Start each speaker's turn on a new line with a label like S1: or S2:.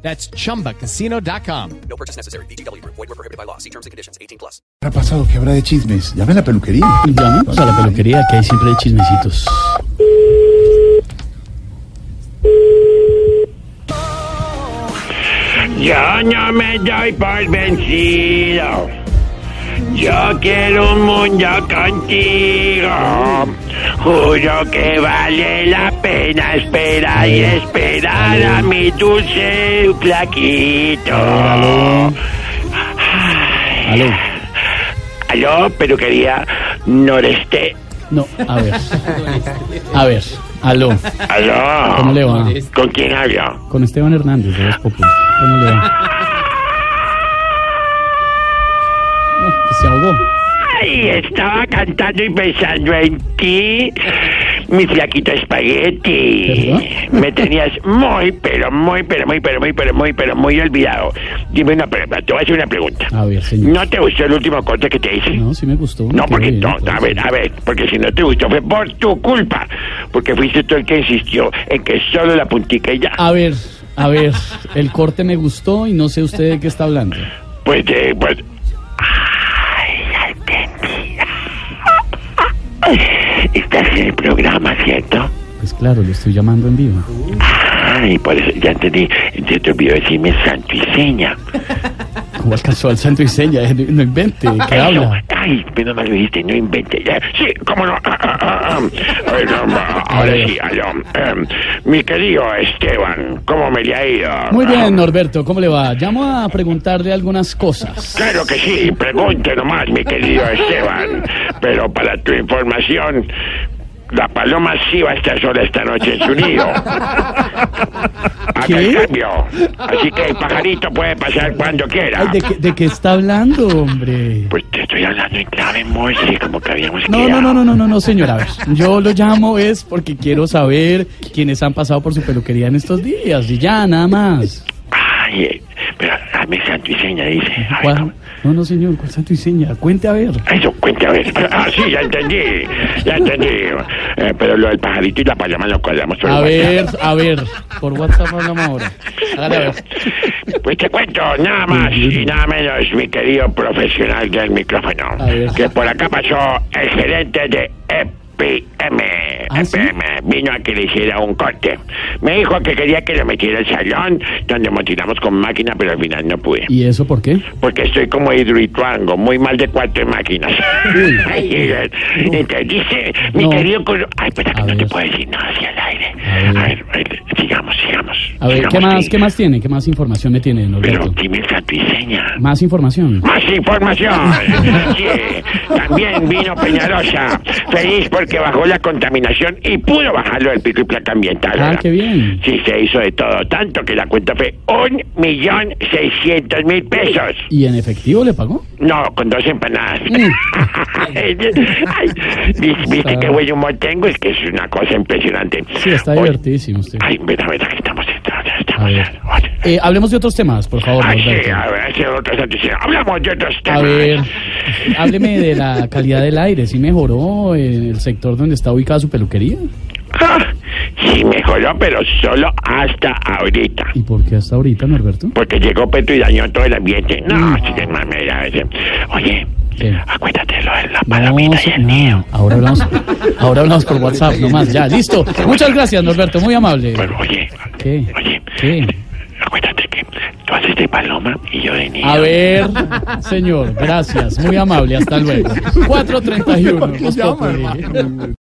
S1: That's chumbacasino.com.
S2: No purchase necessary. BGW. Void were prohibited by law. See terms and conditions. 18 plus.
S3: habrá pasado? ¿Qué habrá de chismes? Llame a la peluquería.
S4: Vamos a la peluquería que hay siempre chismecitos.
S5: Yo no me doy por vencido. Yo quiero un mundo contigo. Juro que vale la pena esperar y esperar a mi dulce flaquito.
S4: Aló, aló.
S5: Aló, peluquería noreste.
S4: No, a ver. A ver, aló. ¿Cómo le
S5: Aló.
S4: va?
S5: ¿Con quién hablo?
S4: Con Esteban Hernández de Voz Populi. ¿Cómo le va? No, que se ahogó.
S5: Ay, estaba cantando y pensando en ti, mi flaquito espagueti.
S4: ¿Perdón?
S5: Me tenías muy, pero muy, pero muy, pero muy, pero muy, pero muy olvidado. Dime una pregunta, te voy a hacer una pregunta.
S4: A ver, señor.
S5: ¿No te gustó el último corte que te hice?
S4: No, sí me gustó.
S5: No,
S4: quedó
S5: porque
S4: bien, Pues,
S5: no,
S4: todo
S5: a ver,
S4: bien.
S5: a ver, porque si no te gustó fue por tu culpa, porque fuiste tú el que insistió en que solo la puntica y ya.
S4: A ver, a ver. El corte me gustó y no sé usted de qué está hablando.
S5: Pues, eh, pues. Ay, ya entendí. Estás en el programa, ¿cierto?
S4: Pues claro, lo estoy llamando en vivo.
S5: Ay, por eso ya entendí. Se te olvidó decirme santo y seña.
S4: ¿Cómo alcanzó al santo y seña? Eh, No invente, ¿qué
S5: Eso.
S4: habla?
S5: Ay, menos mal lo dijiste, no inventes. Ya. Sí, cómo no. Ah, ah, ah, ah. Ay, no, ma, ahora
S4: Ay,
S5: sí, aló. Em, mi querido Esteban, ¿cómo me le ha ido? Ah,
S4: Muy bien, Norberto, ¿cómo le va? Llamo a preguntarle algunas cosas.
S5: Claro que sí, pregunte nomás, mi querido Esteban. Pero para tu información, la paloma sí va a estar sola esta noche en su nido. Acá el
S4: ¿Qué?
S5: cambio. Así que el pajarito puede pasar cuando quiera.
S4: Ay, ¿de, qué, ¿De qué está hablando, hombre?
S5: Pues te estoy hablando en clave Morse, como que habíamos
S4: No, no,
S5: quedado.
S4: no, no, no, no, no, señora. A ver, yo lo llamo es porque quiero saber quiénes han pasado por su peluquería en estos días y ya, nada más.
S5: Ay, eh, pero dame santo y seña, dice. A ver,
S4: ¿Cuál?
S5: ¿cómo?
S4: No, no, señor, ¿cuál santo y seña? Cuente a ver.
S5: Eso, cuenta a ver. Ah, sí, ya entendí. Ya entendí. Eh, pero lo del pajarito y la paloma lo colgamos por
S4: A
S5: WhatsApp.
S4: ver, a ver, por WhatsApp hablamos ahora. Hágale a
S5: Bueno,
S4: ver.
S5: pues te cuento nada más y nada menos, mi querido profesional del micrófono,
S4: A ver.
S5: que por acá pasó el gerente de E EPM.
S4: ¿Ah, sí?
S5: EPM E vino a que le hiciera un corte. Me dijo que quería que lo metiera al salón donde montamos con máquina, pero al final no pude.
S4: ¿Y eso por qué?
S5: Porque estoy como hidroituango, muy mal de cuatro máquinas.
S4: Uy.
S5: Ay, ¿Entendiste? Mi
S4: No.
S5: querido... culo- Ay, pero que
S4: A
S5: no te
S4: ver.
S5: puedo decir nada hacia el aire.
S4: A ver.
S5: A ver, eh, sigamos, sigamos.
S4: A ver, ¿qué
S5: sigamos,
S4: más,
S5: sí.
S4: qué más tiene? ¿Qué más información me tiene,
S5: Pero
S4: Norberto?
S5: dime esa diseña.
S4: Más información.
S5: Más información. Sí, también vino Peñalosa. Feliz porque bajó la contaminación y pudo bajarlo del pico y placa ambiental.
S4: Ah,
S5: ¿verdad?
S4: qué bien.
S5: Sí, se hizo de todo. Tanto que la cuenta fue un millón seiscientos mil pesos.
S4: ¿Y en efectivo le pagó?
S5: No, con dos empanadas.
S4: Mm.
S5: Ay, ¿vis- ¿Viste qué buen humor tengo? Es que es una cosa impresionante.
S4: Sí, está
S5: Hoy-
S4: divertidísimo usted.
S5: Ay, mira, mira, que estamos entrando,
S4: A
S5: estamos
S4: ver. Eh, hablemos de otros temas, por favor,
S5: Ay, sí,
S4: Norberto.
S5: ah, a ver, sí, otro santísimo. Hablamos de otros temas.
S4: A ver, hábleme de la calidad del aire. ¿Sí mejoró en el sector donde está ubicada su peluquería?
S5: Ah, sí, mejoró, pero solo hasta ahorita.
S4: ¿Y por qué hasta ahorita, Norberto?
S5: Porque llegó Petro y dañó todo el ambiente. No,
S4: Mm.
S5: sí que mamera. ese. Oye,
S4: ¿Qué?
S5: acuérdate de lo de la
S4: No,
S5: palomita y
S4: se-
S5: el
S4: no,
S5: nido.
S4: ahora hablamos, ahora hablamos por WhatsApp nomás, ya, listo. Muchas gracias, Norberto, muy amable.
S5: Pero, oye,
S4: ¿Qué?
S5: oye,
S4: ¿Qué?
S5: acuérdate que tú haces de paloma y yo de nido.
S4: A ver, pues, señor, gracias, muy amable, hasta luego. 4.31. Voz Populi.